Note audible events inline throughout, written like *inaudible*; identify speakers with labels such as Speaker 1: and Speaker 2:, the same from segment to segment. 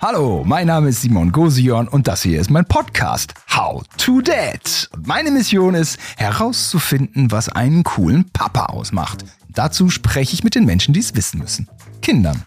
Speaker 1: Hallo, mein Name ist Simon Gosion und das hier ist mein Podcast How to Dad. Und meine Mission ist herauszufinden, was einen coolen Papa ausmacht. Dazu spreche ich mit den Menschen, die es wissen müssen. Kindern.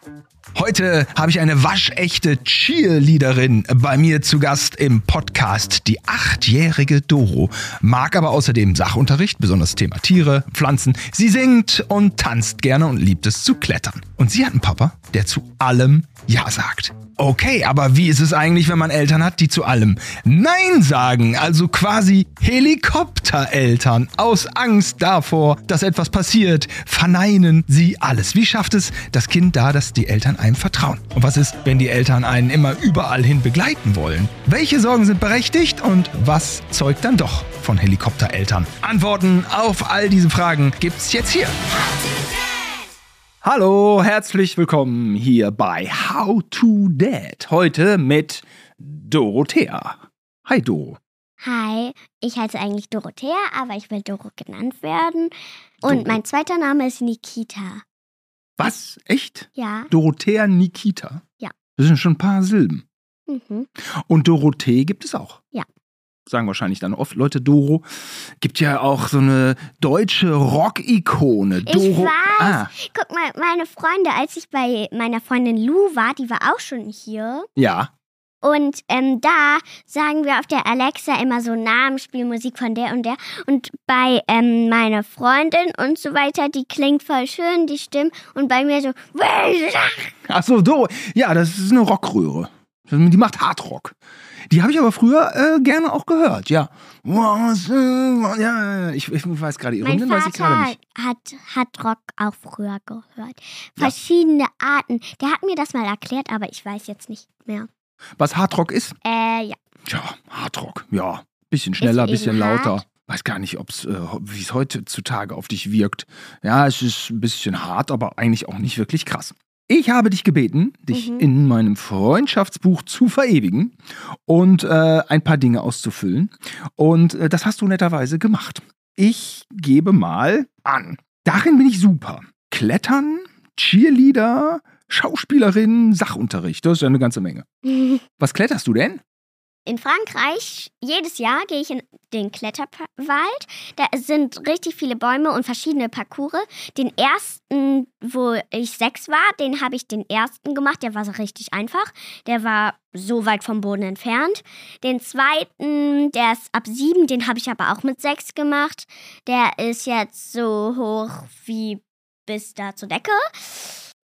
Speaker 1: Heute habe ich eine waschechte Cheerleaderin bei mir zu Gast im Podcast, die achtjährige Doro, mag aber außerdem Sachunterricht, besonders Thema Tiere, Pflanzen. Sie singt und tanzt gerne und liebt es zu klettern. Und sie hat einen Papa, der zu allem Ja sagt. Okay, aber wie ist es eigentlich, wenn man Eltern hat, die zu allem Nein sagen? Also quasi Helikoptereltern. Aus Angst davor, dass etwas passiert, verneinen sie alles. Wie schafft es das Kind da, dass die Eltern einem vertrauen? Und was ist, wenn die Eltern einen immer überall hin begleiten wollen? Welche Sorgen sind berechtigt und was zeugt dann doch von Helikoptereltern? Antworten auf all diese Fragen gibt's jetzt hier.
Speaker 2: Hallo, herzlich willkommen hier bei How to Dad. Heute mit Dorothea. Hi Doro.
Speaker 3: Hi, ich heiße eigentlich Dorothea, aber ich will Doro genannt werden. Und mein zweiter Name ist Nikita.
Speaker 2: Was? Echt?
Speaker 3: Ja.
Speaker 2: Dorothea Nikita?
Speaker 3: Ja.
Speaker 2: Das sind schon ein paar Silben.
Speaker 3: Mhm.
Speaker 2: Und Dorothee gibt es auch.
Speaker 3: Ja.
Speaker 2: Sagen wahrscheinlich dann oft Leute Doro. Gibt ja auch so eine deutsche Rock-Ikone. Doro.
Speaker 3: weiß.
Speaker 2: Ah,
Speaker 3: Guck mal, meine Freunde, als ich bei meiner Freundin Lou war, die war auch schon hier.
Speaker 2: ja.
Speaker 3: Und ähm, da sagen wir auf der Alexa immer so Namensspielmusik von der und der. Und bei ähm, meiner Freundin und so weiter, die klingt voll schön, die Stimme. Und bei mir so,
Speaker 2: Achso, Doro. Ja, das ist eine Rockröhre. Die macht Hardrock. Die habe ich aber früher äh, gerne auch gehört, ja. Ja, ja, ich, ich weiß gerade ihre
Speaker 3: Mein
Speaker 2: Hymnen, weiß ich gerade
Speaker 3: Vater
Speaker 2: nicht.
Speaker 3: hat, hat Rock auch früher gehört. Verschiedene Arten. Der hat mir das mal erklärt, aber ich weiß jetzt nicht mehr.
Speaker 2: Was Hardrock ist?
Speaker 3: Äh, ja.
Speaker 2: Tja, Hardrock, ja. Bisschen schneller,
Speaker 3: Ist eben
Speaker 2: bisschen lauter.
Speaker 3: hart.
Speaker 2: Weiß gar nicht, ob's, äh, wie es heutzutage auf dich wirkt. Ja, es ist ein bisschen hart, aber eigentlich auch nicht wirklich krass. Ich habe dich gebeten, dich
Speaker 3: Mhm.
Speaker 2: in meinem Freundschaftsbuch zu verewigen und äh, ein paar Dinge auszufüllen. Und äh, das hast du netterweise gemacht. Ich gebe mal an. Darin bin ich super. Klettern, Cheerleader, Schauspielerin, Sachunterricht. Das ist ja eine ganze Menge.
Speaker 3: In
Speaker 2: Was kletterst du denn?
Speaker 3: Frankreich, jedes Jahr gehe ich in den Kletterwald. Da sind richtig viele Bäume und verschiedene Parcours. Den ersten, wo ich sechs war, den habe ich den ersten gemacht. Der war so richtig einfach. Der war so weit vom Boden entfernt. Den zweiten, der ist ab sieben, den habe ich aber auch mit sechs gemacht. Der ist jetzt so hoch wie bis da zur Decke.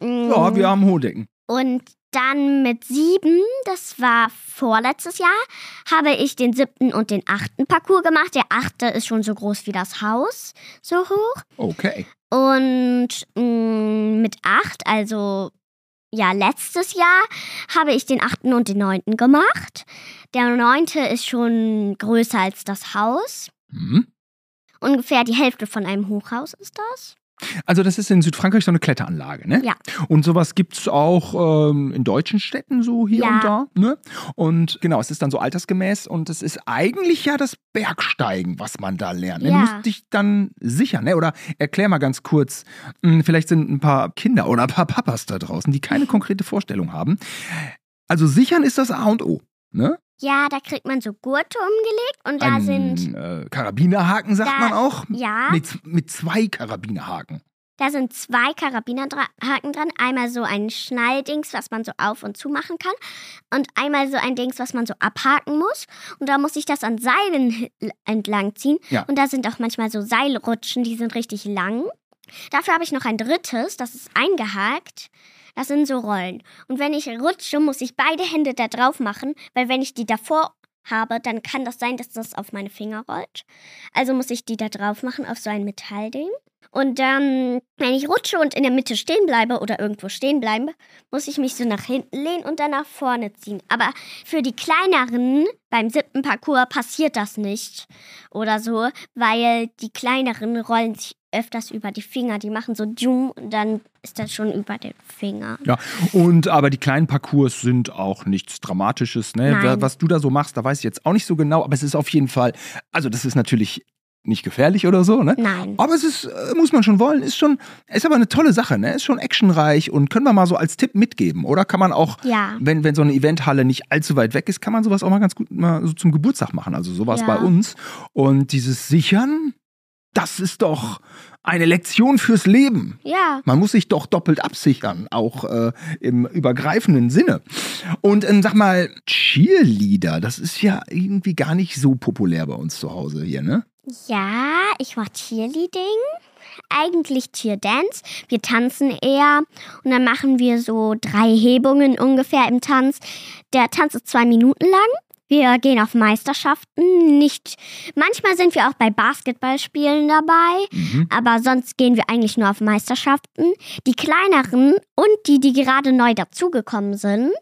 Speaker 2: Ja,
Speaker 3: Mhm.
Speaker 2: wir haben Hohdecken.
Speaker 3: Und dann mit sieben, das war vorletztes Jahr, habe ich den siebten und den achten Parcours gemacht. Der achte ist schon so groß wie das Haus, so hoch.
Speaker 2: Okay.
Speaker 3: Und mh, mit acht, also ja, letztes Jahr habe ich den achten und den neunten gemacht. Der neunte ist schon größer als das Haus.
Speaker 2: Hm.
Speaker 3: Ungefähr die Hälfte von einem Hochhaus ist das.
Speaker 2: Also das ist in Südfrankreich so eine Kletteranlage, ne?
Speaker 3: Ja.
Speaker 2: Und sowas gibt's auch ähm, in deutschen Städten so hier
Speaker 3: Ja.
Speaker 2: und da, ne? Und genau, es ist dann so altersgemäß und es ist eigentlich ja das Bergsteigen, was man da lernt. ne? Du
Speaker 3: Ja.
Speaker 2: musst dich dann sichern, ne? Oder erklär mal ganz kurz, mh, vielleicht sind ein paar Kinder oder ein paar Papas da draußen, die keine konkrete Vorstellung haben. Also sichern ist das A und O, ne?
Speaker 3: Ja, da kriegt man so Gurte umgelegt und da
Speaker 2: Ein,
Speaker 3: sind,
Speaker 2: äh, Karabinerhaken sagt
Speaker 3: Da-
Speaker 2: man auch.
Speaker 3: ja.
Speaker 2: Mit, mit zwei Karabinerhaken.
Speaker 3: Da sind zwei Karabinerhaken dran. Einmal so ein Schnalldings, was man so auf und zu machen kann. Und einmal so ein Dings, was man so abhaken muss. Und da muss ich das an Seilen hi- entlang ziehen.
Speaker 2: Ja.
Speaker 3: Und da sind auch manchmal so Seilrutschen, die sind richtig lang. Dafür habe ich noch ein drittes, das ist eingehakt. Das sind so Rollen. Und wenn ich rutsche, muss ich beide Hände da drauf machen, weil wenn ich die davor habe, dann kann das sein, dass das auf meine Finger rollt. Also muss ich die da drauf machen auf so ein Metallding. Und dann, wenn ich rutsche und in der Mitte stehen bleibe oder irgendwo stehen bleibe, muss ich mich so nach hinten lehnen und dann nach vorne ziehen. Aber für die kleineren beim siebten Parcours passiert das nicht oder so, weil die kleineren rollen sich öfters über die Finger. Die machen so Zoom und dann ist das schon über den Finger.
Speaker 2: Ja, und aber die kleinen Parcours sind auch nichts Dramatisches. Ne?
Speaker 3: Nein.
Speaker 2: Was du da so machst, da weiß ich jetzt auch nicht so genau, aber es ist auf jeden Fall, also das ist natürlich nicht gefährlich oder so, ne?
Speaker 3: Nein.
Speaker 2: Aber es ist, äh, muss man schon wollen, ist schon, ist aber eine tolle Sache, ne? Ist schon actionreich und können wir mal so als Tipp mitgeben. Oder kann man auch,
Speaker 3: Ja.
Speaker 2: wenn, wenn so eine Eventhalle nicht allzu weit weg ist, kann man sowas auch mal ganz gut mal so zum Geburtstag machen. Also sowas
Speaker 3: Ja.
Speaker 2: bei uns. Und dieses Sichern, das ist doch eine Lektion fürs Leben.
Speaker 3: Ja.
Speaker 2: Man muss sich doch doppelt absichern, auch äh, im übergreifenden Sinne. Und ähm, sag mal, Cheerleader, das ist ja irgendwie gar nicht so populär bei uns zu Hause hier, ne?
Speaker 3: Ja, ich mache Cheerleading. Eigentlich Cheerdance. Wir tanzen eher und dann machen wir so drei Hebungen ungefähr im Tanz. Der Tanz ist zwei Minuten lang. Wir gehen auf Meisterschaften, nicht. Manchmal sind wir auch bei Basketballspielen dabei, aber sonst gehen wir eigentlich nur auf Meisterschaften. Die kleineren und die, die gerade neu dazugekommen sind,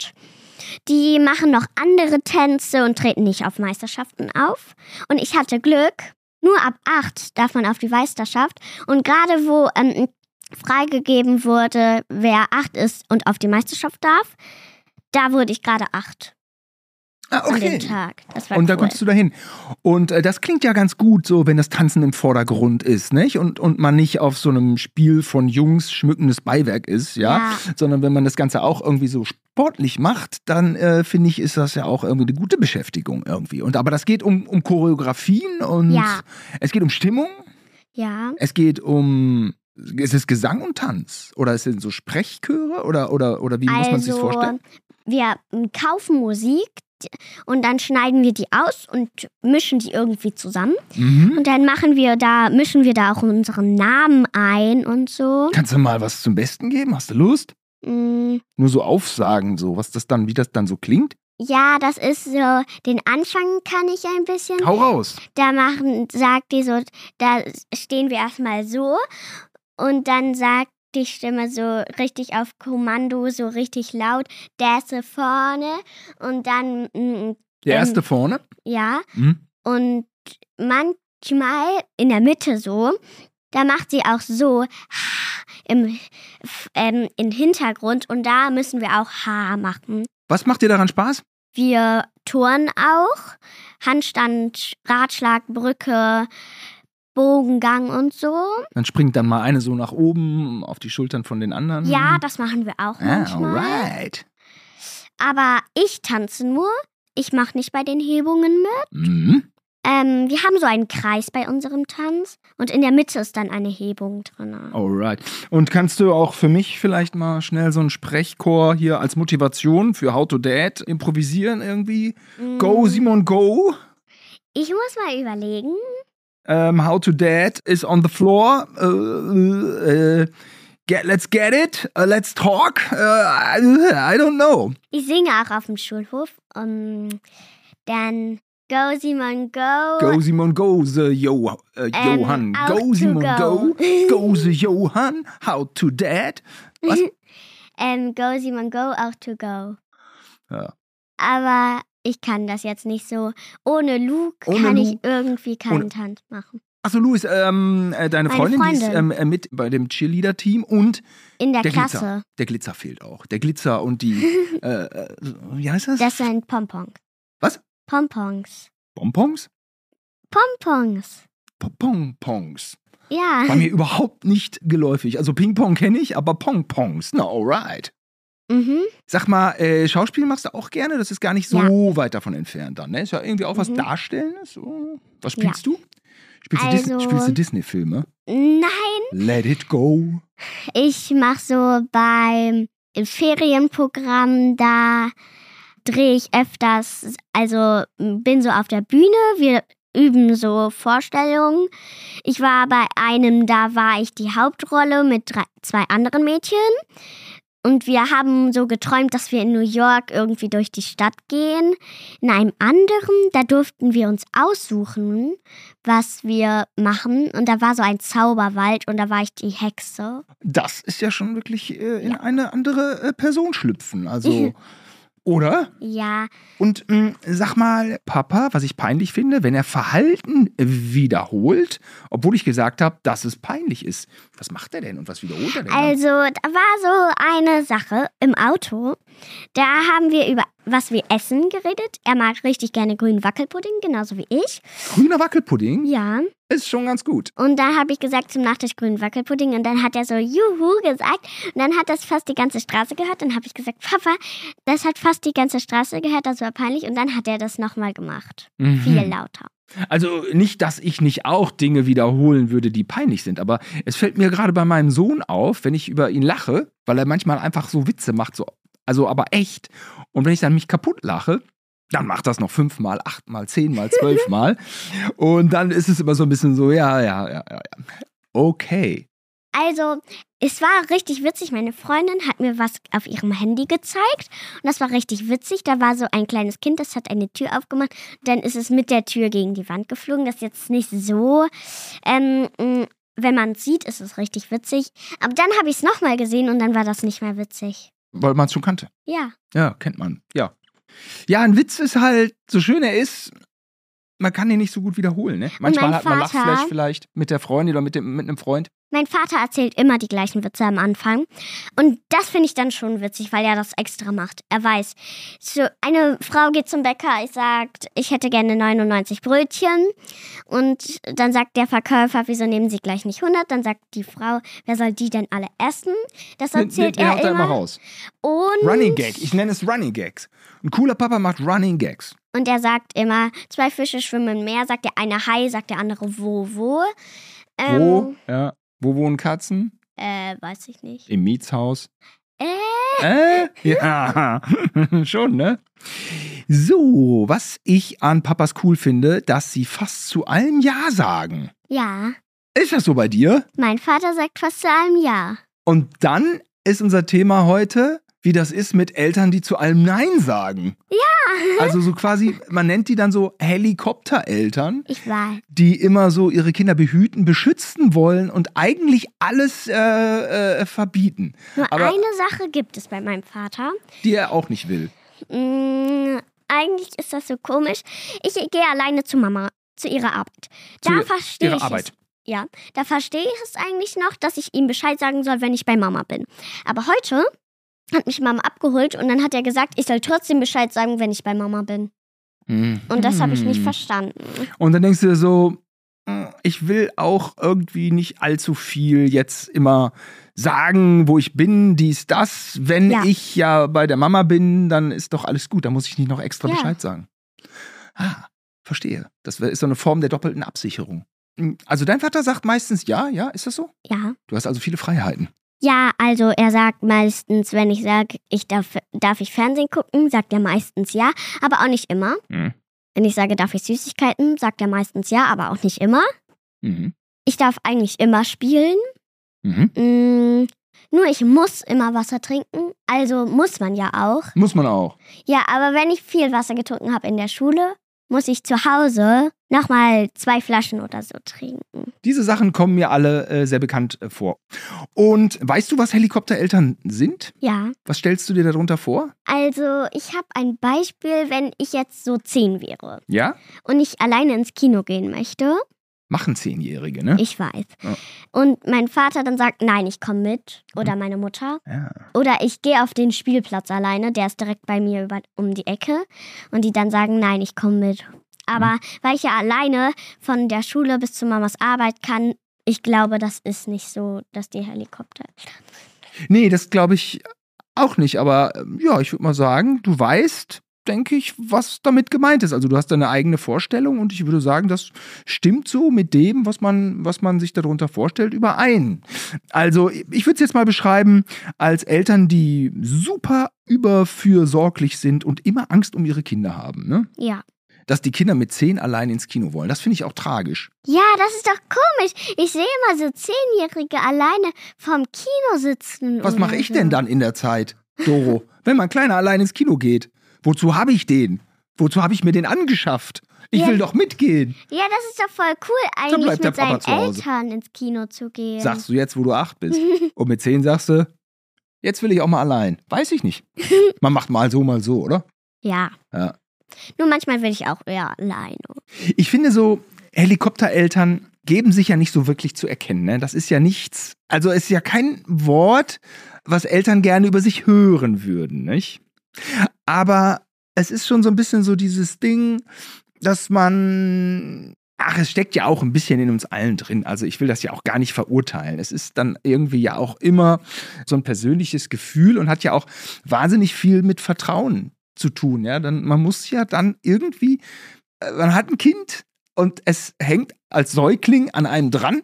Speaker 3: die machen noch andere Tänze und treten nicht auf Meisterschaften auf. Und ich hatte Glück, nur ab 8 darf man auf die Meisterschaft. Und gerade wo ähm, freigegeben wurde, wer 8 ist und auf die Meisterschaft darf, da wurde ich gerade 8
Speaker 2: Ah,
Speaker 3: an dem Tag. Das war
Speaker 2: Und da
Speaker 3: cool.
Speaker 2: konntest du dahin. Und äh, das klingt ja ganz gut, so wenn das Tanzen im Vordergrund ist, nicht? Und, und man nicht auf so einem Spiel von Jungs schmückendes Beiwerk ist, ja?
Speaker 3: Ja.
Speaker 2: Sondern wenn man das Ganze auch irgendwie so sportlich macht, dann äh, finde ich, ist das ja auch irgendwie eine gute Beschäftigung irgendwie. Und aber das geht um, um Choreografien und
Speaker 3: Ja.
Speaker 2: es geht um Stimmung,
Speaker 3: ja.
Speaker 2: es geht um. Ist es Gesang und Tanz? Oder ist es so Sprechchöre? Oder, oder, oder wie muss man sich
Speaker 3: Also,
Speaker 2: vorstellen?
Speaker 3: wir ähm, kaufen Musik d- und dann schneiden wir die aus und mischen die irgendwie zusammen.
Speaker 2: Mhm.
Speaker 3: Und dann machen wir da, mischen wir da auch unseren Namen ein und so.
Speaker 2: Kannst du mal was zum Besten geben? Hast du Lust?
Speaker 3: Mm,
Speaker 2: nur so aufsagen, so was das dann, wie das dann so klingt.
Speaker 3: Ja, das ist so, den Anfang kann ich ein bisschen.
Speaker 2: Hau raus.
Speaker 3: Da machen, sagt die so, da stehen wir erstmal so und dann sagt die Stimme so richtig auf Kommando, so richtig laut, Dässe vorne und dann, mm,
Speaker 2: Der
Speaker 3: Ähm.
Speaker 2: erste vorne.
Speaker 3: ja,
Speaker 2: Mhm.
Speaker 3: Und manchmal in der Mitte so, da macht sie auch so im f- ähm, im Hintergrund und da müssen wir auch H machen.
Speaker 2: Was macht dir daran Spaß?
Speaker 3: Wir turnen auch, Handstand, Ratschlag, Brücke, Bogengang und so.
Speaker 2: Dann springt dann mal eine so nach oben auf die Schultern von den anderen.
Speaker 3: Ja, das machen wir auch
Speaker 2: Mhm. ah,
Speaker 3: manchmal.
Speaker 2: alright.
Speaker 3: Aber ich tanze nur. Ich mache nicht bei den Hebungen mit.
Speaker 2: Mhm.
Speaker 3: Ähm, wir haben so einen Kreis bei unserem Tanz und in der Mitte ist dann eine Hebung drin.
Speaker 2: Alright. Und kannst du auch für mich vielleicht mal schnell so einen Sprechchor hier als Motivation für How to Dad improvisieren irgendwie?
Speaker 3: Mm.
Speaker 2: Go, Simon, go!
Speaker 3: Mhm. Ich muss mal überlegen.
Speaker 2: Ähm, How to Dad is on the floor. Äh, äh, get, let's get it. Uh, let's talk. Äh, I, I don't know.
Speaker 3: Ich singe auch auf dem Schulhof. Ähm, dann Go Simon Go.
Speaker 2: Go Simon go the Yo äh,
Speaker 3: Ähm,
Speaker 2: Johann.
Speaker 3: out
Speaker 2: Go
Speaker 3: to
Speaker 2: Simon
Speaker 3: go.
Speaker 2: go.
Speaker 3: *laughs*
Speaker 2: Go the Johann. How to dad. Was?
Speaker 3: Ähm, go Simon Go, auch to go.
Speaker 2: Ja.
Speaker 3: Aber ich kann das jetzt nicht so. Ohne Luke
Speaker 2: Ohne
Speaker 3: kann
Speaker 2: Luke.
Speaker 3: ich irgendwie keinen
Speaker 2: Ohne-
Speaker 3: Tanz machen.
Speaker 2: Achso, Luis, ähm, äh, deine
Speaker 3: Meine
Speaker 2: Freundin, die ist ähm,
Speaker 3: Freundin.
Speaker 2: äh, mit bei dem Cheerleader-Team und
Speaker 3: In der,
Speaker 2: der Glitzer.
Speaker 3: Klasse.
Speaker 2: Der Glitzer fehlt auch. Der Glitzer und
Speaker 3: *laughs*
Speaker 2: die, äh, äh, wie heißt das?
Speaker 3: Das sind Pompons.
Speaker 2: Was?
Speaker 3: Pompons.
Speaker 2: Bonbons?
Speaker 3: Pompons.
Speaker 2: Pongpongs.
Speaker 3: Ja.
Speaker 2: War mir überhaupt nicht geläufig. Also Ping-Pong kenne ich, aber Pongpongs. Na, alright.
Speaker 3: Mhm.
Speaker 2: Sag mal, äh, Schauspiel machst du auch gerne? Das ist gar nicht so weit davon entfernt dann, ne? Ist ja irgendwie auch was
Speaker 3: Mhm.
Speaker 2: Darstellendes. oder? Was spielst du? Spielst du, Dis
Speaker 3: Also-
Speaker 2: spielst du Disney-Filme?
Speaker 3: Nein,
Speaker 2: Let it go.
Speaker 3: ich mache so beim im Ferienprogramm da drehe ich öfters, also m, bin so auf der Bühne, wir üben so Vorstellungen. Ich war bei einem, da war ich die Hauptrolle mit drei, zwei anderen Mädchen. Und wir haben so geträumt, dass wir in New York irgendwie durch die Stadt gehen. In einem anderen, da durften wir uns aussuchen, was wir machen. Und da war so ein Zauberwald und da war ich die Hexe.
Speaker 2: Das ist ja schon wirklich äh, in
Speaker 3: Ja.
Speaker 2: eine andere äh, Person schlüpfen. Also, oder?
Speaker 3: Ja,
Speaker 2: Und mh, sag mal, Papa, was ich peinlich finde, wenn er Verhalten wiederholt, obwohl ich gesagt habe, dass es peinlich ist. Was macht er denn und was wiederholt er denn? dann?
Speaker 3: also da war so eine Sache im Auto. Da haben wir über was wir essen geredet. Er mag richtig gerne grünen Wackelpudding, genauso wie ich.
Speaker 2: Grüner Wackelpudding
Speaker 3: Ja.
Speaker 2: ist schon ganz gut.
Speaker 3: Und da habe ich gesagt zum Nachtisch grünen Wackelpudding und dann hat er so Juhu gesagt und dann hat das fast die ganze Straße gehört. Dann habe ich gesagt, Papa, das hat fast die ganze Straße gehört, das war peinlich und dann hat er das nochmal gemacht. Viel
Speaker 2: Hm.
Speaker 3: lauter.
Speaker 2: Also nicht, dass ich nicht auch Dinge wiederholen würde, die peinlich sind, aber es fällt mir gerade bei meinem Sohn auf, wenn ich über ihn lache, weil er manchmal einfach so Witze macht, so, also aber echt. Und wenn ich dann mich kaputt lache, dann macht das noch fünfmal, achtmal, zehnmal, zwölfmal. Und dann ist es immer so ein bisschen so, ja, ja, ja, ja. ja. Okay.
Speaker 3: Also, es war richtig witzig. Meine Freundin hat mir was auf ihrem Handy gezeigt und das war richtig witzig. Da war so ein kleines Kind, das hat eine Tür aufgemacht. Dann ist es mit der Tür gegen die Wand geflogen. Das ist jetzt nicht so. Ähm, mh, wenn man es sieht, ist es richtig witzig. Aber dann habe ich es nochmal gesehen und dann war das nicht mehr witzig.
Speaker 2: Weil man es schon kannte.
Speaker 3: Ja,
Speaker 2: Ja, kennt man. Ja. Ja, ein Witz ist halt, so schön er ist, man kann ihn nicht so gut wiederholen. Ne? Manchmal
Speaker 3: mein
Speaker 2: hat man
Speaker 3: Vater-
Speaker 2: Lachflash vielleicht mit der Freundin oder mit, dem, mit einem Freund.
Speaker 3: mein Vater erzählt immer die gleichen Witze am Anfang. Und das finde ich dann schon witzig, weil er das extra macht. Er weiß, so eine Frau geht zum Bäcker, ich sagt, ich hätte gerne 99 Brötchen. Und dann sagt der Verkäufer, wieso nehmen Sie gleich nicht 100? Dann sagt die Frau, wer soll die denn alle essen? Das
Speaker 2: Den-
Speaker 3: erzählt
Speaker 2: den- den
Speaker 3: er
Speaker 2: haut
Speaker 3: immer.
Speaker 2: raus.
Speaker 3: Und,
Speaker 2: Running Gag. Ich nenne es Running Gags. Ein cooler Papa macht Running Gags.
Speaker 3: und er sagt immer, zwei Fische schwimmen im Meer, sagt der eine Hai, sagt der andere wo, wo. Ähm,
Speaker 2: Wo, ja, wo wohnen Katzen?
Speaker 3: Äh, weiß ich nicht.
Speaker 2: Im
Speaker 3: *laughs*
Speaker 2: Mietshaus.
Speaker 3: Äh,
Speaker 2: Äh? Ja, *laughs* schon, ne? So, was ich an Papas cool finde, dass sie fast zu allem Ja sagen.
Speaker 3: ja.
Speaker 2: Ist das so bei dir?
Speaker 3: Mein Vater sagt fast zu allem Ja.
Speaker 2: Und dann ist unser Thema heute, wie das ist mit Eltern, die zu allem Nein sagen. Ja. Also so quasi, man nennt die dann so Helikoptereltern,
Speaker 3: Ich weiß.
Speaker 2: die immer so ihre Kinder behüten, beschützen wollen und eigentlich alles äh, äh, verbieten,
Speaker 3: Nur
Speaker 2: Aber-
Speaker 3: eine Sache gibt es bei meinem Vater.
Speaker 2: die er auch nicht will.
Speaker 3: Mm, eigentlich ist das so komisch. Ich gehe alleine zu Mama, zu ihrer Arbeit.
Speaker 2: Zu
Speaker 3: Da
Speaker 2: ihr-
Speaker 3: verstehe
Speaker 2: ihrer
Speaker 3: ich
Speaker 2: Arbeit.
Speaker 3: es. Ja, da verstehe ich es eigentlich noch, dass ich ihm Bescheid sagen soll, wenn ich bei Mama bin. Aber heute hat mich Mama abgeholt und dann hat er gesagt, ich soll trotzdem Bescheid sagen, wenn ich bei Mama bin. Mhm. Und das habe ich nicht
Speaker 2: Hm.
Speaker 3: verstanden.
Speaker 2: Und dann denkst du dir so, "Mm, ich will auch irgendwie nicht allzu viel jetzt immer sagen, wo ich bin, dies, das. Wenn
Speaker 3: Ja.
Speaker 2: ich ja bei der Mama bin, dann ist doch alles gut. Da muss ich nicht noch extra
Speaker 3: Ja.
Speaker 2: Bescheid sagen. Ah, verstehe. Das wär- ist so eine Form der doppelten Absicherung. Hm, Also dein Vater sagt meistens ja, ja, ist das so?
Speaker 3: Ja.
Speaker 2: Du hast also viele Freiheiten.
Speaker 3: Ja, also er sagt meistens, wenn ich sage, ich darf, darf ich Fernsehen gucken, sagt er meistens ja, aber auch nicht immer.
Speaker 2: Mhm.
Speaker 3: Wenn ich sage, darf ich Süßigkeiten, sagt er meistens ja, aber auch nicht immer.
Speaker 2: Mhm.
Speaker 3: Ich darf eigentlich immer spielen.
Speaker 2: Mhm.
Speaker 3: Mm, nur ich muss immer Wasser trinken. Also muss man ja auch.
Speaker 2: Muss man auch.
Speaker 3: Ja, aber wenn ich viel Wasser getrunken habe in der Schule, muss ich zu Hause nochmal zwei Flaschen oder so trinken.
Speaker 2: Diese Sachen kommen mir alle äh, sehr bekannt äh, vor. Und weißt du, was Helikoptereltern sind?
Speaker 3: Ja.
Speaker 2: Was stellst du dir darunter vor?
Speaker 3: Also ich habe ein Beispiel, wenn ich jetzt so zehn wäre.
Speaker 2: Ja?
Speaker 3: und ich alleine ins Kino gehen möchte.
Speaker 2: machen Zehnjährige, ne?
Speaker 3: Ich weiß.
Speaker 2: Ja.
Speaker 3: Und mein Vater dann sagt, nein, ich komme mit. Oder meine Mutter.
Speaker 2: Hm. Ja.
Speaker 3: Oder ich gehe auf den Spielplatz alleine, der ist direkt bei mir über, um die Ecke. Und die dann sagen, nein, ich komme mit. Aber
Speaker 2: Hm.
Speaker 3: weil ich ja alleine von der Schule bis zu Mamas Arbeit kann, ich glaube, das ist nicht so, dass die Helikopter.
Speaker 2: Nee, das glaube ich auch nicht, aber ähm, ja, ich würde mal sagen, du weißt, denke ich, was damit gemeint ist. Also du hast deine eigene Vorstellung und ich würde sagen, das stimmt so mit dem, was man, was man sich darunter vorstellt, überein. Also ich würde es jetzt mal beschreiben als Eltern, die super überfürsorglich sind und immer Angst um ihre Kinder haben, ne?
Speaker 3: Ja.
Speaker 2: Dass die Kinder mit zehn allein ins Kino wollen. Das finde ich auch tragisch.
Speaker 3: Ja, das ist doch komisch. Ich sehe immer so Zehnjährige alleine vom Kino sitzen.
Speaker 2: Was
Speaker 3: oder
Speaker 2: mache ich
Speaker 3: so.
Speaker 2: denn dann in der Zeit, Doro? Wenn mein Kleiner allein ins Kino geht, wozu habe ich den? Wozu habe ich mir den angeschafft? Ich
Speaker 3: Ja.
Speaker 2: will doch mitgehen.
Speaker 3: Ja, das ist doch voll cool, eigentlich
Speaker 2: bleibt der
Speaker 3: mit
Speaker 2: Papa
Speaker 3: seinen
Speaker 2: zu Hause.
Speaker 3: Eltern ins Kino zu gehen.
Speaker 2: Sagst du jetzt, wo du acht bist. Und mit zehn sagst du, jetzt will ich auch mal allein. Weiß ich nicht. Man macht mal so, mal so, oder?
Speaker 3: Ja.
Speaker 2: Ja.
Speaker 3: Nur manchmal will ich auch eher alleine.
Speaker 2: Ich finde so, Helikoptereltern geben sich ja nicht so wirklich zu erkennen. Ne? Das ist ja nichts. Also es ist ja kein Wort, was Eltern gerne über sich hören würden, nicht? Aber es ist schon so ein bisschen so dieses Ding, dass man. Ach, es steckt ja auch ein bisschen in uns allen drin. Also ich will das ja auch gar nicht verurteilen. Es ist dann irgendwie ja auch immer so ein persönliches Gefühl und hat ja auch wahnsinnig viel mit Vertrauen zu tun. Ja, dann man muss ja dann irgendwie, äh, man hat ein Kind und es hängt als Säugling an einem dran.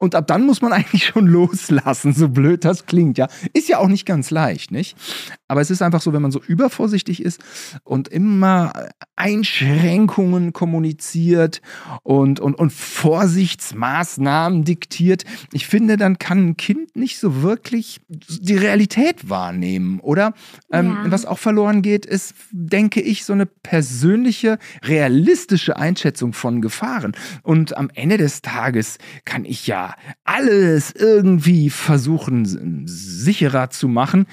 Speaker 2: Und ab dann muss man *laughs* eigentlich schon loslassen, so blöd das klingt, ja. Ist ja auch nicht ganz leicht, nicht? Aber es ist einfach so, wenn man so übervorsichtig ist und immer äh, Einschränkungen kommuniziert und, und, und Vorsichtsmaßnahmen diktiert, ich finde, dann kann ein Kind nicht so wirklich die Realität wahrnehmen, oder? Ähm,
Speaker 3: Ja.
Speaker 2: Was auch verloren geht, ist, denke ich, so eine persönliche, realistische Einschätzung von Gefahren. Und am Ende des Tages kann ich ja alles irgendwie versuchen, s- sicherer zu machen.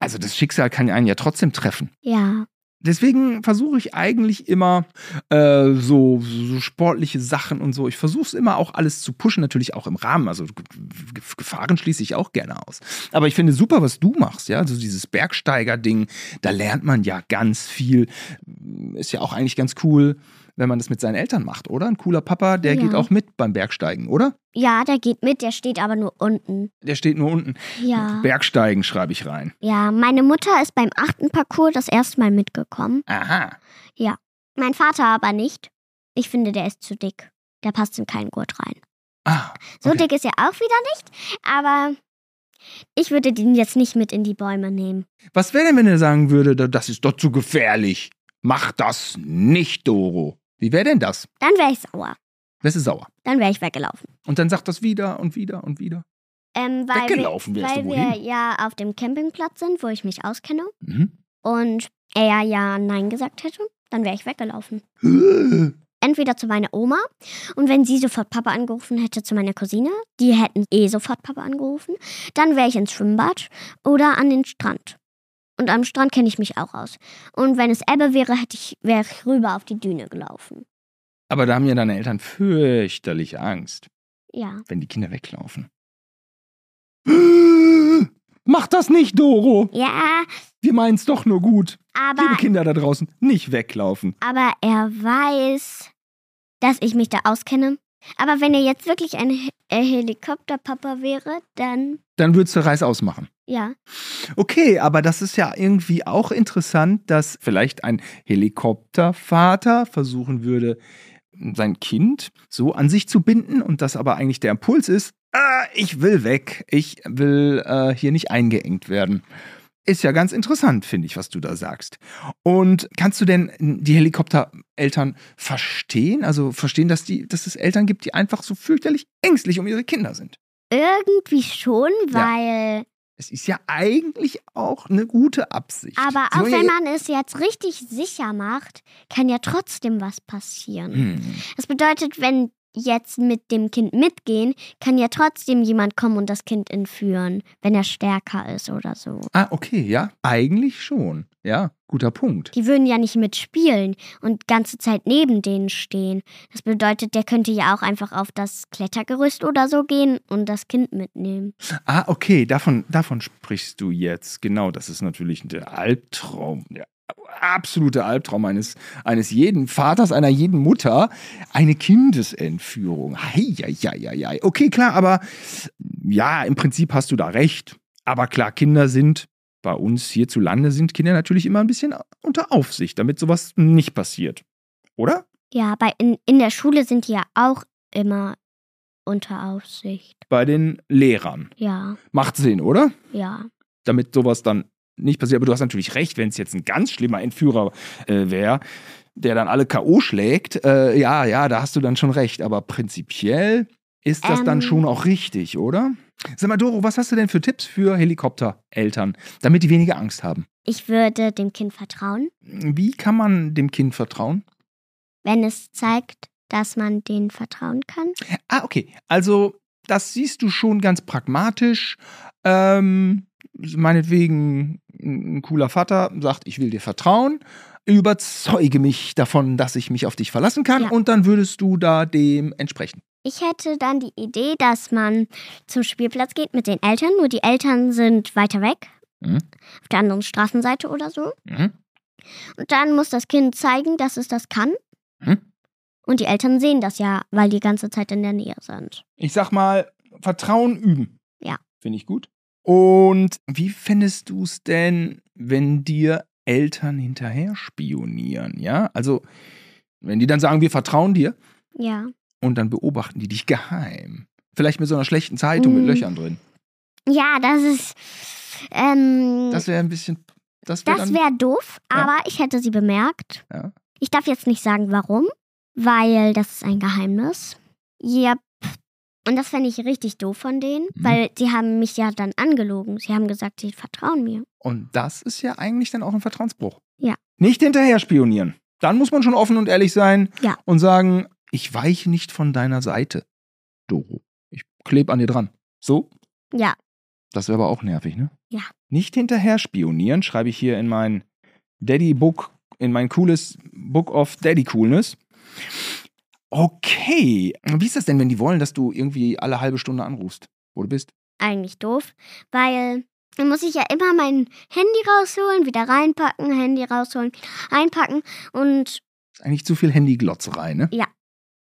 Speaker 2: Also das Schicksal kann einen ja trotzdem treffen.
Speaker 3: Ja.
Speaker 2: Deswegen versuche ich eigentlich immer äh, so, so sportliche Sachen und so. Ich versuche es immer auch alles zu pushen, natürlich auch im Rahmen. Also Ge- Ge- Gefahren schließe ich auch gerne aus. Aber ich finde super, was du machst, ja. Also dieses Bergsteiger-Ding, da lernt man ja ganz viel. Ist ja auch eigentlich ganz cool, wenn man das mit seinen Eltern macht, oder? Ein cooler Papa, der
Speaker 3: Ja.
Speaker 2: geht auch mit beim Bergsteigen, oder?
Speaker 3: Ja, der geht mit, der steht aber nur unten.
Speaker 2: Der steht nur unten.
Speaker 3: Ja.
Speaker 2: Bergsteigen schreibe ich rein.
Speaker 3: Ja, meine Mutter ist beim achten Parcours das erste Mal mitgekommen.
Speaker 2: Aha.
Speaker 3: Mein Vater aber nicht. Ich finde, der ist zu dick. Der passt in keinen Gurt rein.
Speaker 2: Ah,
Speaker 3: So
Speaker 2: Okay.
Speaker 3: dick ist er auch wieder nicht, aber ich würde den jetzt nicht mit in die Bäume nehmen.
Speaker 2: Was wäre denn, wenn er sagen würde, da- das ist doch zu gefährlich? Mach das nicht, Doro. Wie wäre denn das?
Speaker 3: Dann wäre ich sauer.
Speaker 2: Wärst du sauer?
Speaker 3: Dann wäre ich weggelaufen.
Speaker 2: Und dann sagt das wieder und wieder und wieder.
Speaker 3: Ähm, weil
Speaker 2: Weggelaufen
Speaker 3: wir,
Speaker 2: wärst
Speaker 3: weil
Speaker 2: du
Speaker 3: wir
Speaker 2: wohin?
Speaker 3: ja auf dem Campingplatz sind, wo ich mich auskenne.
Speaker 2: Mhm.
Speaker 3: Und er ja Nein gesagt hätte, dann wäre ich weggelaufen. Entweder zu meiner Oma und wenn sie sofort Papa angerufen hätte, zu meiner Cousine. Die hätten eh sofort Papa angerufen. Dann wäre ich ins Schwimmbad oder an den Strand. Und am Strand kenne ich mich auch aus. Und wenn es Ebbe wäre, hätte ich, wäre ich rüber auf die Düne gelaufen.
Speaker 2: Aber da haben ja deine Eltern fürchterlich Angst,
Speaker 3: Ja.
Speaker 2: wenn die Kinder weglaufen. Mach das nicht, Doro.
Speaker 3: Ja,
Speaker 2: Wir meinen's doch nur gut. Liebe
Speaker 3: aber,
Speaker 2: Kinder da draußen, nicht weglaufen.
Speaker 3: aber er weiß, dass ich mich da auskenne. Aber wenn er jetzt wirklich ein He- äh, Helikopterpapa wäre, dann
Speaker 2: Dann würdest du Reis ausmachen.
Speaker 3: ja.
Speaker 2: Okay, aber das ist ja irgendwie auch interessant, dass vielleicht ein Helikoptervater versuchen würde, sein Kind so an sich zu binden und das aber eigentlich der Impuls ist, ah, ich will weg, ich will äh, hier nicht eingeengt werden. Ist ja ganz interessant, finde ich, was du da sagst. Und kannst du denn die Helikoptereltern verstehen? Also verstehen, dass, die, dass es Eltern gibt, die einfach so fürchterlich ängstlich um ihre Kinder sind?
Speaker 3: Irgendwie schon,
Speaker 2: Ja.
Speaker 3: weil.
Speaker 2: Es ist ja eigentlich auch eine gute Absicht.
Speaker 3: Aber
Speaker 2: Sie
Speaker 3: auch
Speaker 2: wollen ja
Speaker 3: wenn man es jetzt richtig sicher macht, kann ja trotzdem was passieren.
Speaker 2: Hm.
Speaker 3: Das bedeutet, wenn jetzt mit dem Kind mitgehen, kann ja trotzdem jemand kommen und das Kind entführen, wenn er stärker ist oder so.
Speaker 2: Ah, okay, ja. Eigentlich schon. Ja, guter Punkt.
Speaker 3: Die würden ja nicht mitspielen und ganze Zeit neben denen stehen. Das bedeutet, der könnte ja auch einfach auf das Klettergerüst oder so gehen und das Kind mitnehmen.
Speaker 2: Ah, okay, davon, davon sprichst du jetzt. Genau, das ist natürlich der Albtraum, der absolute Albtraum eines, eines jeden Vaters, einer jeden Mutter, eine Kindesentführung. Heieieiei. Okay, klar, aber ja, im Prinzip hast du da recht. Aber klar, Kinder sind, bei uns hierzulande sind Kinder natürlich immer ein bisschen unter Aufsicht, damit sowas nicht passiert. Oder?
Speaker 3: Ja, bei in, in der Schule sind die ja auch immer unter Aufsicht.
Speaker 2: Bei den Lehrern.
Speaker 3: Ja,
Speaker 2: Macht Sinn, oder?
Speaker 3: ja.
Speaker 2: damit sowas dann nicht passiert. Aber du hast natürlich recht, wenn es jetzt ein ganz schlimmer Entführer äh, wäre, der dann alle K.O. schlägt, äh, ja, ja, da hast du dann schon recht. Aber prinzipiell ist das dann
Speaker 3: Ähm.
Speaker 2: schon auch richtig, oder? Sag mal, Doro, was hast du denn für Tipps für Helikoptereltern, damit die weniger Angst haben?
Speaker 3: Ich würde dem Kind vertrauen,
Speaker 2: Wie kann man dem Kind vertrauen?
Speaker 3: wenn es zeigt, dass man denen vertrauen kann.
Speaker 2: Ah, okay. Also, das siehst du schon ganz pragmatisch. Ähm, meinetwegen, ein cooler Vater sagt, ich will dir vertrauen. Überzeuge mich davon, dass ich mich auf dich verlassen kann.
Speaker 3: Ja.
Speaker 2: Und dann würdest du da dem entsprechen.
Speaker 3: Ich hätte dann die Idee, dass man zum Spielplatz geht mit den Eltern, nur die Eltern sind weiter weg,
Speaker 2: Mhm.
Speaker 3: auf der anderen Straßenseite oder so.
Speaker 2: Mhm.
Speaker 3: Und dann muss das Kind zeigen, dass es das kann.
Speaker 2: Hm?
Speaker 3: Und die Eltern sehen das ja, weil die ganze Zeit in der Nähe sind.
Speaker 2: Ich sag mal, Vertrauen üben.
Speaker 3: Ja.
Speaker 2: Finde ich gut. Und wie findest du es denn, wenn dir Eltern hinterher spionieren? Ja, also wenn die dann sagen, wir vertrauen dir
Speaker 3: Ja.
Speaker 2: und dann beobachten die dich geheim. Vielleicht mit so einer schlechten Zeitung mit
Speaker 3: Mm.
Speaker 2: Löchern drin.
Speaker 3: Ja, das ist. Ähm, das
Speaker 2: Das wäre ein bisschen. Das wäre
Speaker 3: wäre
Speaker 2: dann.
Speaker 3: wär doof,
Speaker 2: Ja.
Speaker 3: aber ich hätte sie bemerkt.
Speaker 2: Ja.
Speaker 3: Ich darf jetzt nicht sagen, warum, weil das ist ein Geheimnis. Ja. Und das fände ich richtig doof von denen,
Speaker 2: Mhm.
Speaker 3: weil sie haben mich ja dann angelogen. Sie haben gesagt, sie vertrauen mir.
Speaker 2: Und das ist ja eigentlich dann auch ein Vertrauensbruch.
Speaker 3: Ja.
Speaker 2: Nicht hinterher spionieren. Dann muss man schon offen und ehrlich sein
Speaker 3: Ja.
Speaker 2: und sagen, ich weiche nicht von deiner Seite. Doro. Ich kleb an dir dran. So?
Speaker 3: Ja.
Speaker 2: Das wäre aber auch nervig, ne?
Speaker 3: Ja.
Speaker 2: Nicht hinterher spionieren, schreibe ich hier in mein Daddy Book, in mein cooles Book of Daddy Coolness. Okay. Wie ist das denn, wenn die wollen, dass du irgendwie alle halbe Stunde anrufst, wo du bist?
Speaker 3: eigentlich doof, weil dann muss ich ja immer mein Handy rausholen, wieder reinpacken, Handy rausholen, einpacken und
Speaker 2: Ist eigentlich zu viel Handyglotzerei, ne?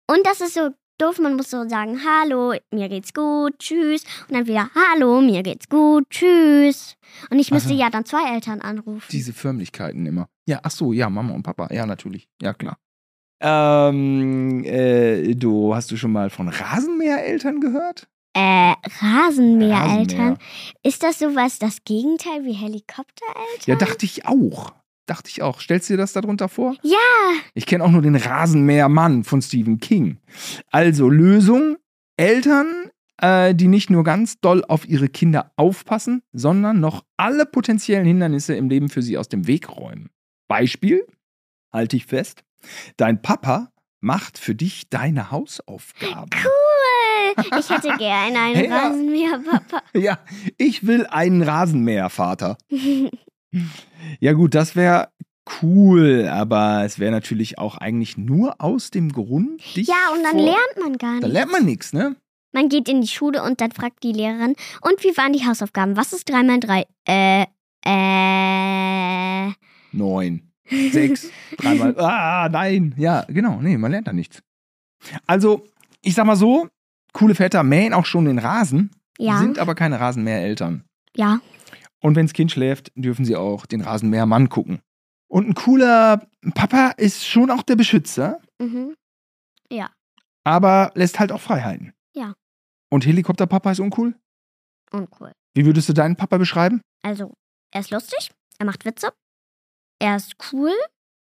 Speaker 3: und das ist so doof, man muss so sagen, hallo, mir geht's gut, tschüss und dann wieder hallo, mir geht's gut, tschüss. Und ich müsste
Speaker 2: Aha.
Speaker 3: ja dann zwei Eltern anrufen.
Speaker 2: Diese Förmlichkeiten immer. Ja, ach so, ja, Mama und Papa. Ja, natürlich. Ja, klar. Ähm, äh, du, hast du schon mal von Rasenmähereltern gehört?
Speaker 3: äh Rasenmähereltern.
Speaker 2: Rasenmäher.
Speaker 3: Ist das sowas das Gegenteil wie Helikoptereltern?
Speaker 2: Ja, dachte ich auch. Dachte ich auch. Stellst du dir das darunter vor?
Speaker 3: Ja.
Speaker 2: Ich kenne auch nur den Rasenmähermann von Stephen King. Also Lösung: Eltern, äh, die nicht nur ganz doll auf ihre Kinder aufpassen, sondern noch alle potenziellen Hindernisse im Leben für sie aus dem Weg räumen. Beispiel: Halte ich fest, dein Papa macht für dich deine Hausaufgaben.
Speaker 3: Cool. Ich hätte
Speaker 2: *laughs*
Speaker 3: gerne einen
Speaker 2: Ja. *laughs*
Speaker 3: Rasenmäherpapa.
Speaker 2: Ja, ich will einen Rasenmäher, Vater. Ja gut, das wäre cool, aber es wäre natürlich auch eigentlich nur aus dem Grund, dich
Speaker 3: ja, und dann
Speaker 2: vor-
Speaker 3: lernt man gar nicht.
Speaker 2: Dann lernt man nichts, ne?
Speaker 3: Man geht in die Schule und dann fragt die Lehrerin, und wie waren die Hausaufgaben? Was ist 3 mal 3? Äh, äh.
Speaker 2: Neun, sechs, dreimal. Ah, nein. Ja, genau. Nee, man lernt da nichts. Also, ich sag mal so, coole Väter mähen auch schon den Rasen,
Speaker 3: *laughs* Ja,
Speaker 2: sind aber keine Rasenmähereltern.
Speaker 3: ja.
Speaker 2: Und wenns Kind schläft, dürfen sie auch den Rasenmähermann gucken. Und ein cooler Papa ist schon auch der Beschützer.
Speaker 3: Mhm.
Speaker 2: aber lässt halt auch Freiheiten.
Speaker 3: Ja.
Speaker 2: Und Helikopterpapa ist uncool?
Speaker 3: Uncool.
Speaker 2: Wie würdest du deinen Papa beschreiben?
Speaker 3: Also, er ist lustig, er macht Witze, er ist cool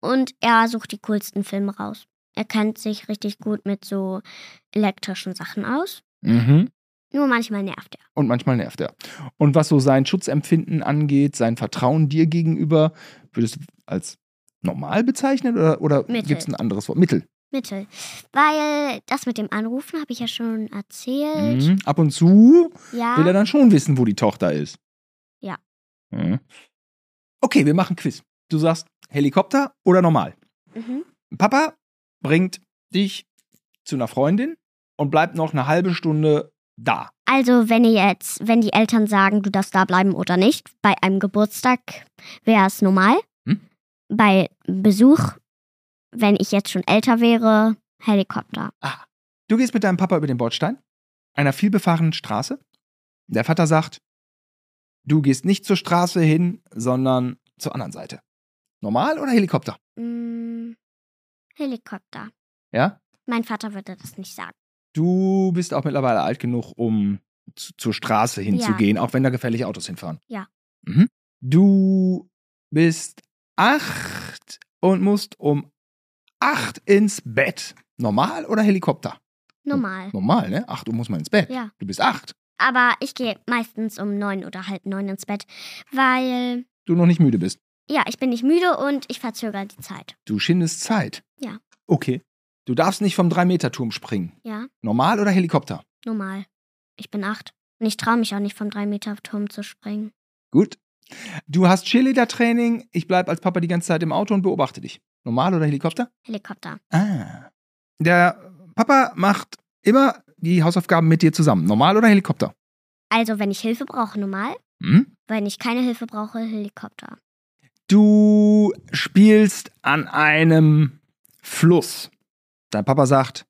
Speaker 3: und er sucht die coolsten Filme raus. Er kennt sich richtig gut mit so elektrischen Sachen aus.
Speaker 2: Mhm.
Speaker 3: Nur manchmal nervt er.
Speaker 2: Und manchmal nervt er. Und was so sein Schutzempfinden angeht, sein Vertrauen dir gegenüber, würdest du als normal bezeichnen oder, oder
Speaker 3: Mittel.
Speaker 2: gibt es ein anderes Wort? Mittel.
Speaker 3: Mittel. Weil das mit dem Anrufen habe ich ja schon erzählt.
Speaker 2: Mhm. Ab und zu
Speaker 3: Ja.
Speaker 2: will er dann schon wissen, wo die Tochter ist.
Speaker 3: Ja.
Speaker 2: Mhm. Okay, wir machen Quiz. Du sagst Helikopter oder normal?
Speaker 3: Mhm.
Speaker 2: Papa bringt dich zu einer Freundin und bleibt noch eine halbe Stunde da.
Speaker 3: Also, wenn ihr jetzt, wenn die Eltern sagen, du darfst da bleiben oder nicht, bei einem Geburtstag wäre es normal.
Speaker 2: Hm?
Speaker 3: Bei Besuch, wenn ich jetzt schon älter wäre, Helikopter.
Speaker 2: Du gehst mit deinem Papa über den Bordstein, einer vielbefahrenen Straße. Der Vater sagt, du gehst nicht zur Straße hin, sondern zur anderen Seite. Normal oder Helikopter?
Speaker 3: Hm, Helikopter.
Speaker 2: Ja?
Speaker 3: Mein Vater würde das nicht sagen.
Speaker 2: Du bist auch mittlerweile alt genug, um zu, zur Straße hinzugehen, auch wenn da gefährliche Autos hinfahren.
Speaker 3: Ja.
Speaker 2: Mhm. Du bist acht und musst um acht ins Bett. Normal oder Helikopter?
Speaker 3: Normal.
Speaker 2: Normal, ne? Acht Uhr muss man ins Bett.
Speaker 3: Ja.
Speaker 2: Du bist acht.
Speaker 3: Aber ich gehe meistens um neun oder halb neun ins Bett, weil,
Speaker 2: Du noch nicht müde bist.
Speaker 3: ja, ich bin nicht müde und ich verzögere die Zeit.
Speaker 2: Du schindest Zeit.
Speaker 3: Ja.
Speaker 2: Okay. Du darfst nicht vom Drei-Meter-Turm springen.
Speaker 3: Ja,
Speaker 2: Normal oder Helikopter?
Speaker 3: normal. Ich bin acht. Und ich traue mich auch nicht vom Drei-Meter-Turm zu springen.
Speaker 2: Gut. Du hast Cheerleader-Training. Ich bleib als Papa die ganze Zeit im Auto und beobachte dich. Normal oder Helikopter?
Speaker 3: Helikopter.
Speaker 2: Ah. Der Papa macht immer die Hausaufgaben mit dir zusammen. Normal oder Helikopter?
Speaker 3: Also, wenn ich Hilfe brauche, normal.
Speaker 2: Hm?
Speaker 3: Wenn ich keine Hilfe brauche, Helikopter.
Speaker 2: Du spielst an einem Fluss. Dein Papa sagt,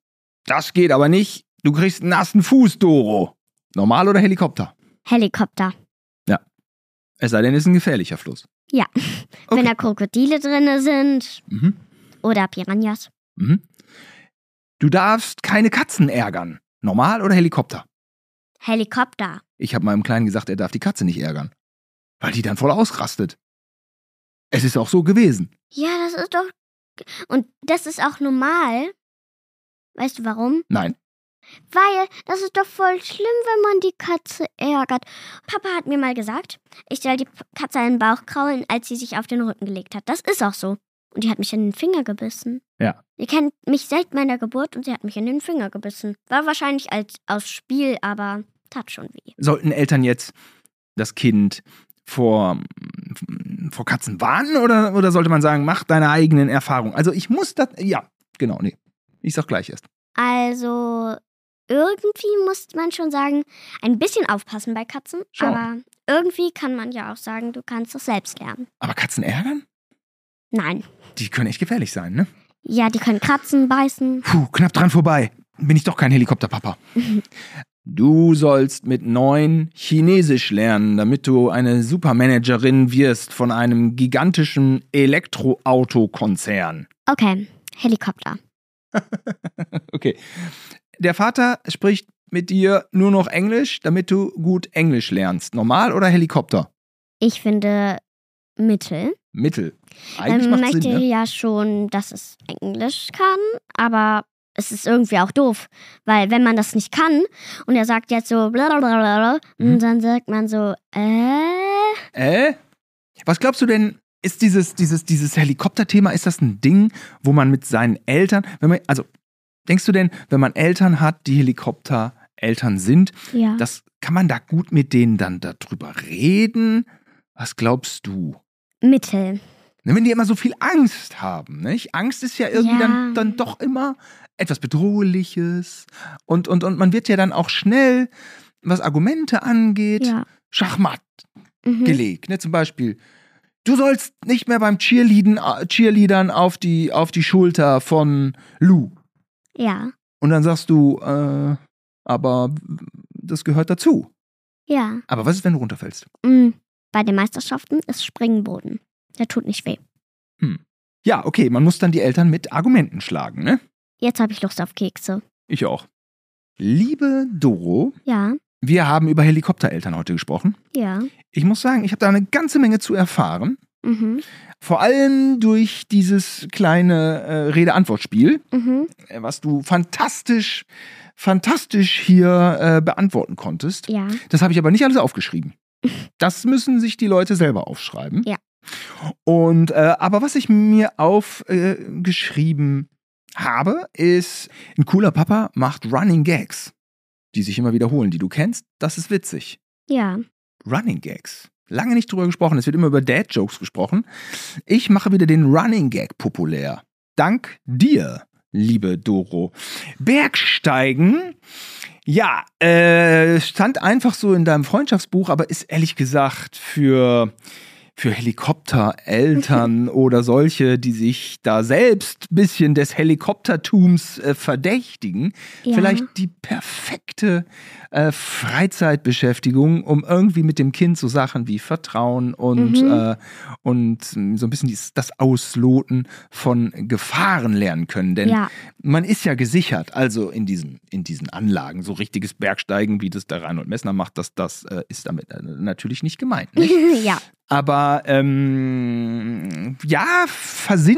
Speaker 2: das geht aber nicht. Du kriegst einen nassen Fuß, Doro. Normal oder Helikopter?
Speaker 3: Helikopter.
Speaker 2: Es sei denn, es ist ein gefährlicher Fluss.
Speaker 3: Ja.
Speaker 2: Okay.
Speaker 3: Wenn da Krokodile drinne sind
Speaker 2: Mhm.
Speaker 3: oder Piranhas.
Speaker 2: Mhm. Du darfst keine Katzen ärgern. Normal oder Helikopter?
Speaker 3: Helikopter.
Speaker 2: Ich habe meinem Kleinen gesagt, er darf die Katze nicht ärgern. Weil die dann voll ausrastet. Es ist auch so gewesen.
Speaker 3: Ja, das ist doch. Und das ist auch normal. Weißt du warum?
Speaker 2: Nein.
Speaker 3: Weil das ist doch voll schlimm, wenn man die Katze ärgert. Papa hat mir mal gesagt, ich soll die P- Katze einen Bauch kraulen, als sie sich auf den Rücken gelegt hat. Das ist auch so. Und die hat mich in den Finger gebissen.
Speaker 2: Ja.
Speaker 3: Sie kennt mich seit meiner Geburt und sie hat mich in den Finger gebissen. War wahrscheinlich als aus Spiel, aber tat schon weh.
Speaker 2: Sollten Eltern jetzt das Kind vor, vor Katzen warnen oder, oder sollte man sagen, mach deine eigenen Erfahrungen? Also ich muss das. Ja, genau, nee. Ich sag gleich erst.
Speaker 3: Also irgendwie muss man schon sagen, ein bisschen aufpassen bei Katzen.
Speaker 2: Schon.
Speaker 3: Aber irgendwie kann man ja auch sagen, du kannst das selbst lernen.
Speaker 2: Aber Katzen ärgern?
Speaker 3: Nein.
Speaker 2: Die können echt gefährlich sein, ne?
Speaker 3: Ja, die können kratzen, beißen.
Speaker 2: Puh, knapp dran vorbei. Bin ich doch kein Helikopterpapa. *laughs* Du sollst mit neun Chinesisch lernen, damit du eine Supermanagerin wirst von einem gigantischen Elektroautokonzern.
Speaker 3: Okay, Helikopter.
Speaker 2: *laughs* Okay. Der Vater spricht mit dir nur noch Englisch, damit du gut Englisch lernst. Normal oder Helikopter?
Speaker 3: Ich finde Mittel.
Speaker 2: Mittel. Eigentlich
Speaker 3: ähm,
Speaker 2: macht
Speaker 3: möchte
Speaker 2: Sinn, ne?
Speaker 3: ja schon, dass es Englisch kann, aber es ist irgendwie auch doof, weil wenn man das nicht kann und er sagt jetzt so blablabla,
Speaker 2: Mhm.
Speaker 3: dann sagt man so, äh,
Speaker 2: Äh? Was glaubst du denn, ist dieses, dieses, dieses Helikopterthema, ist das ein Ding, wo man mit seinen Eltern, wenn man, also, denkst du denn, wenn man Eltern hat, die Helikoptereltern sind,
Speaker 3: ja.
Speaker 2: das kann man da gut mit denen dann darüber reden? Was glaubst du?
Speaker 3: Mittel.
Speaker 2: Ne, Wenn die immer so viel Angst haben, nicht? Angst ist ja irgendwie
Speaker 3: Ja.
Speaker 2: Dann, dann doch immer etwas Bedrohliches. Und, und, und man wird ja dann auch schnell, was Argumente angeht,
Speaker 3: Ja.
Speaker 2: Schachmatt
Speaker 3: Mhm.
Speaker 2: gelegt. Ne? Zum Beispiel, du sollst nicht mehr beim Cheerleadern, Cheerleadern auf, die, auf die Schulter von Lou.
Speaker 3: Ja,
Speaker 2: Und dann sagst du, äh, aber das gehört dazu.
Speaker 3: ja.
Speaker 2: Aber was ist, wenn du runterfällst?
Speaker 3: Mm. Bei den Meisterschaften ist Springboden. Der tut nicht weh.
Speaker 2: Ja, okay, man muss dann die Eltern mit Argumenten schlagen, ne?
Speaker 3: Jetzt habe ich Lust auf Kekse.
Speaker 2: Ich auch. Liebe Doro,
Speaker 3: Ja,
Speaker 2: wir haben über Helikoptereltern heute gesprochen.
Speaker 3: ja.
Speaker 2: Ich muss sagen, ich habe da eine ganze Menge zu erfahren.
Speaker 3: Mhm.
Speaker 2: Vor allem durch dieses kleine äh, Rede-Antwort-Spiel,
Speaker 3: Mhm.
Speaker 2: äh, was du fantastisch, fantastisch hier äh, beantworten konntest.
Speaker 3: Ja.
Speaker 2: Das habe ich aber nicht alles
Speaker 3: *laughs*
Speaker 2: aufgeschrieben. Das müssen sich die Leute selber aufschreiben.
Speaker 3: Ja.
Speaker 2: Und äh, aber was ich mir aufgeschrieben äh, geschrieben habe, ist ein cooler Papa macht Running Gags, die sich immer wiederholen, die du kennst. Das ist witzig.
Speaker 3: Ja. *laughs*
Speaker 2: Running Gags. Lange nicht drüber gesprochen. Es wird immer über Dad-Jokes gesprochen. Ich mache wieder den Running Gag populär. Dank dir, liebe Doro. Bergsteigen. Ja, äh, stand einfach so in deinem Freundschaftsbuch, aber ist ehrlich gesagt für, für
Speaker 3: *laughs*
Speaker 2: Helikoptereltern oder solche, die sich da selbst ein bisschen des Helikoptertums äh, verdächtigen,
Speaker 3: Ja.
Speaker 2: vielleicht die perfekte äh, Freizeitbeschäftigung, um irgendwie mit dem Kind so Sachen wie Vertrauen und,
Speaker 3: Mhm.
Speaker 2: äh, und mh, so ein bisschen dies, das Ausloten von Gefahren lernen können. Denn
Speaker 3: Ja.
Speaker 2: man ist ja gesichert, also in diesen, in diesen Anlagen, so richtiges Bergsteigen, wie das der Reinhold Messner macht, das, das äh, ist damit äh, natürlich nicht gemeint. Ne?
Speaker 3: *laughs* ja.
Speaker 2: Aber ähm, ja,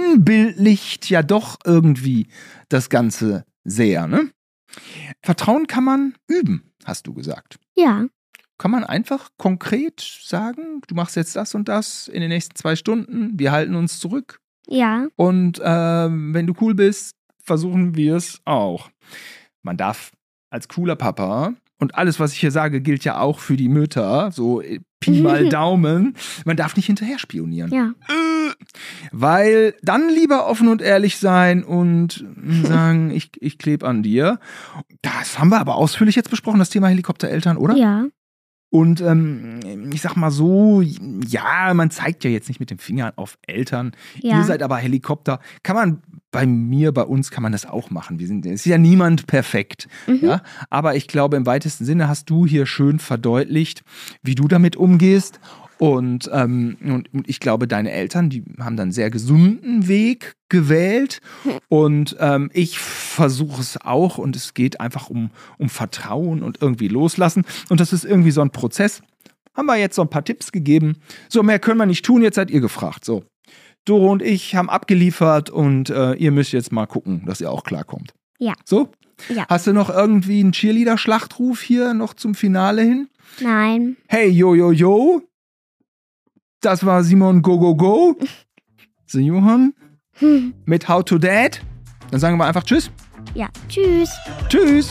Speaker 2: versinnbildlicht ja doch irgendwie das Ganze sehr. Ne? Vertrauen kann man üben, hast du gesagt.
Speaker 3: Ja.
Speaker 2: Kann man einfach konkret sagen, du machst jetzt das und das in den nächsten zwei Stunden, wir halten uns zurück
Speaker 3: Ja.
Speaker 2: und ähm, wenn du cool bist, versuchen wir es auch. Man darf als cooler Papa, und alles, was ich hier sage, gilt ja auch für die Mütter, so äh, Pi mal Daumen, man darf nicht hinterher spionieren.
Speaker 3: Ja.
Speaker 2: Äh, Weil dann lieber offen und ehrlich sein und mh, sagen, ich, ich kleb an dir. Das haben wir aber ausführlich jetzt besprochen, das Thema Helikoptereltern, oder?
Speaker 3: Ja.
Speaker 2: Und ähm, ich sag mal so, ja, man zeigt ja jetzt nicht mit dem Finger auf Eltern.
Speaker 3: Ja.
Speaker 2: Ihr seid aber Helikopter. Kann man bei mir, bei uns kann man das auch machen. Wir sind, es ist ja niemand perfekt. Ja? Aber ich glaube, im weitesten Sinne hast du hier schön verdeutlicht, wie du damit umgehst. Und, ähm, und, und ich glaube, deine Eltern, die haben dann einen sehr gesunden Weg gewählt. Und ähm, ich versuche es auch. Und es geht einfach um, um Vertrauen und irgendwie loslassen. Und das ist irgendwie so ein Prozess. Haben wir jetzt so ein paar Tipps gegeben. So, mehr können wir nicht tun. Jetzt seid ihr gefragt. So. Doro und ich haben abgeliefert und äh, ihr müsst jetzt mal gucken, dass ihr auch klarkommt.
Speaker 3: Ja.
Speaker 2: So?
Speaker 3: Ja.
Speaker 2: Hast du noch irgendwie einen Cheerleader-Schlachtruf hier noch zum Finale hin?
Speaker 3: Nein.
Speaker 2: Hey, yo, yo, yo. Das war Simon Go, Go,
Speaker 3: *laughs*
Speaker 2: Go. The Johann.
Speaker 3: Hm.
Speaker 2: Mit How to Dad. Dann sagen wir einfach Tschüss.
Speaker 3: Ja. Tschüss.
Speaker 2: Tschüss.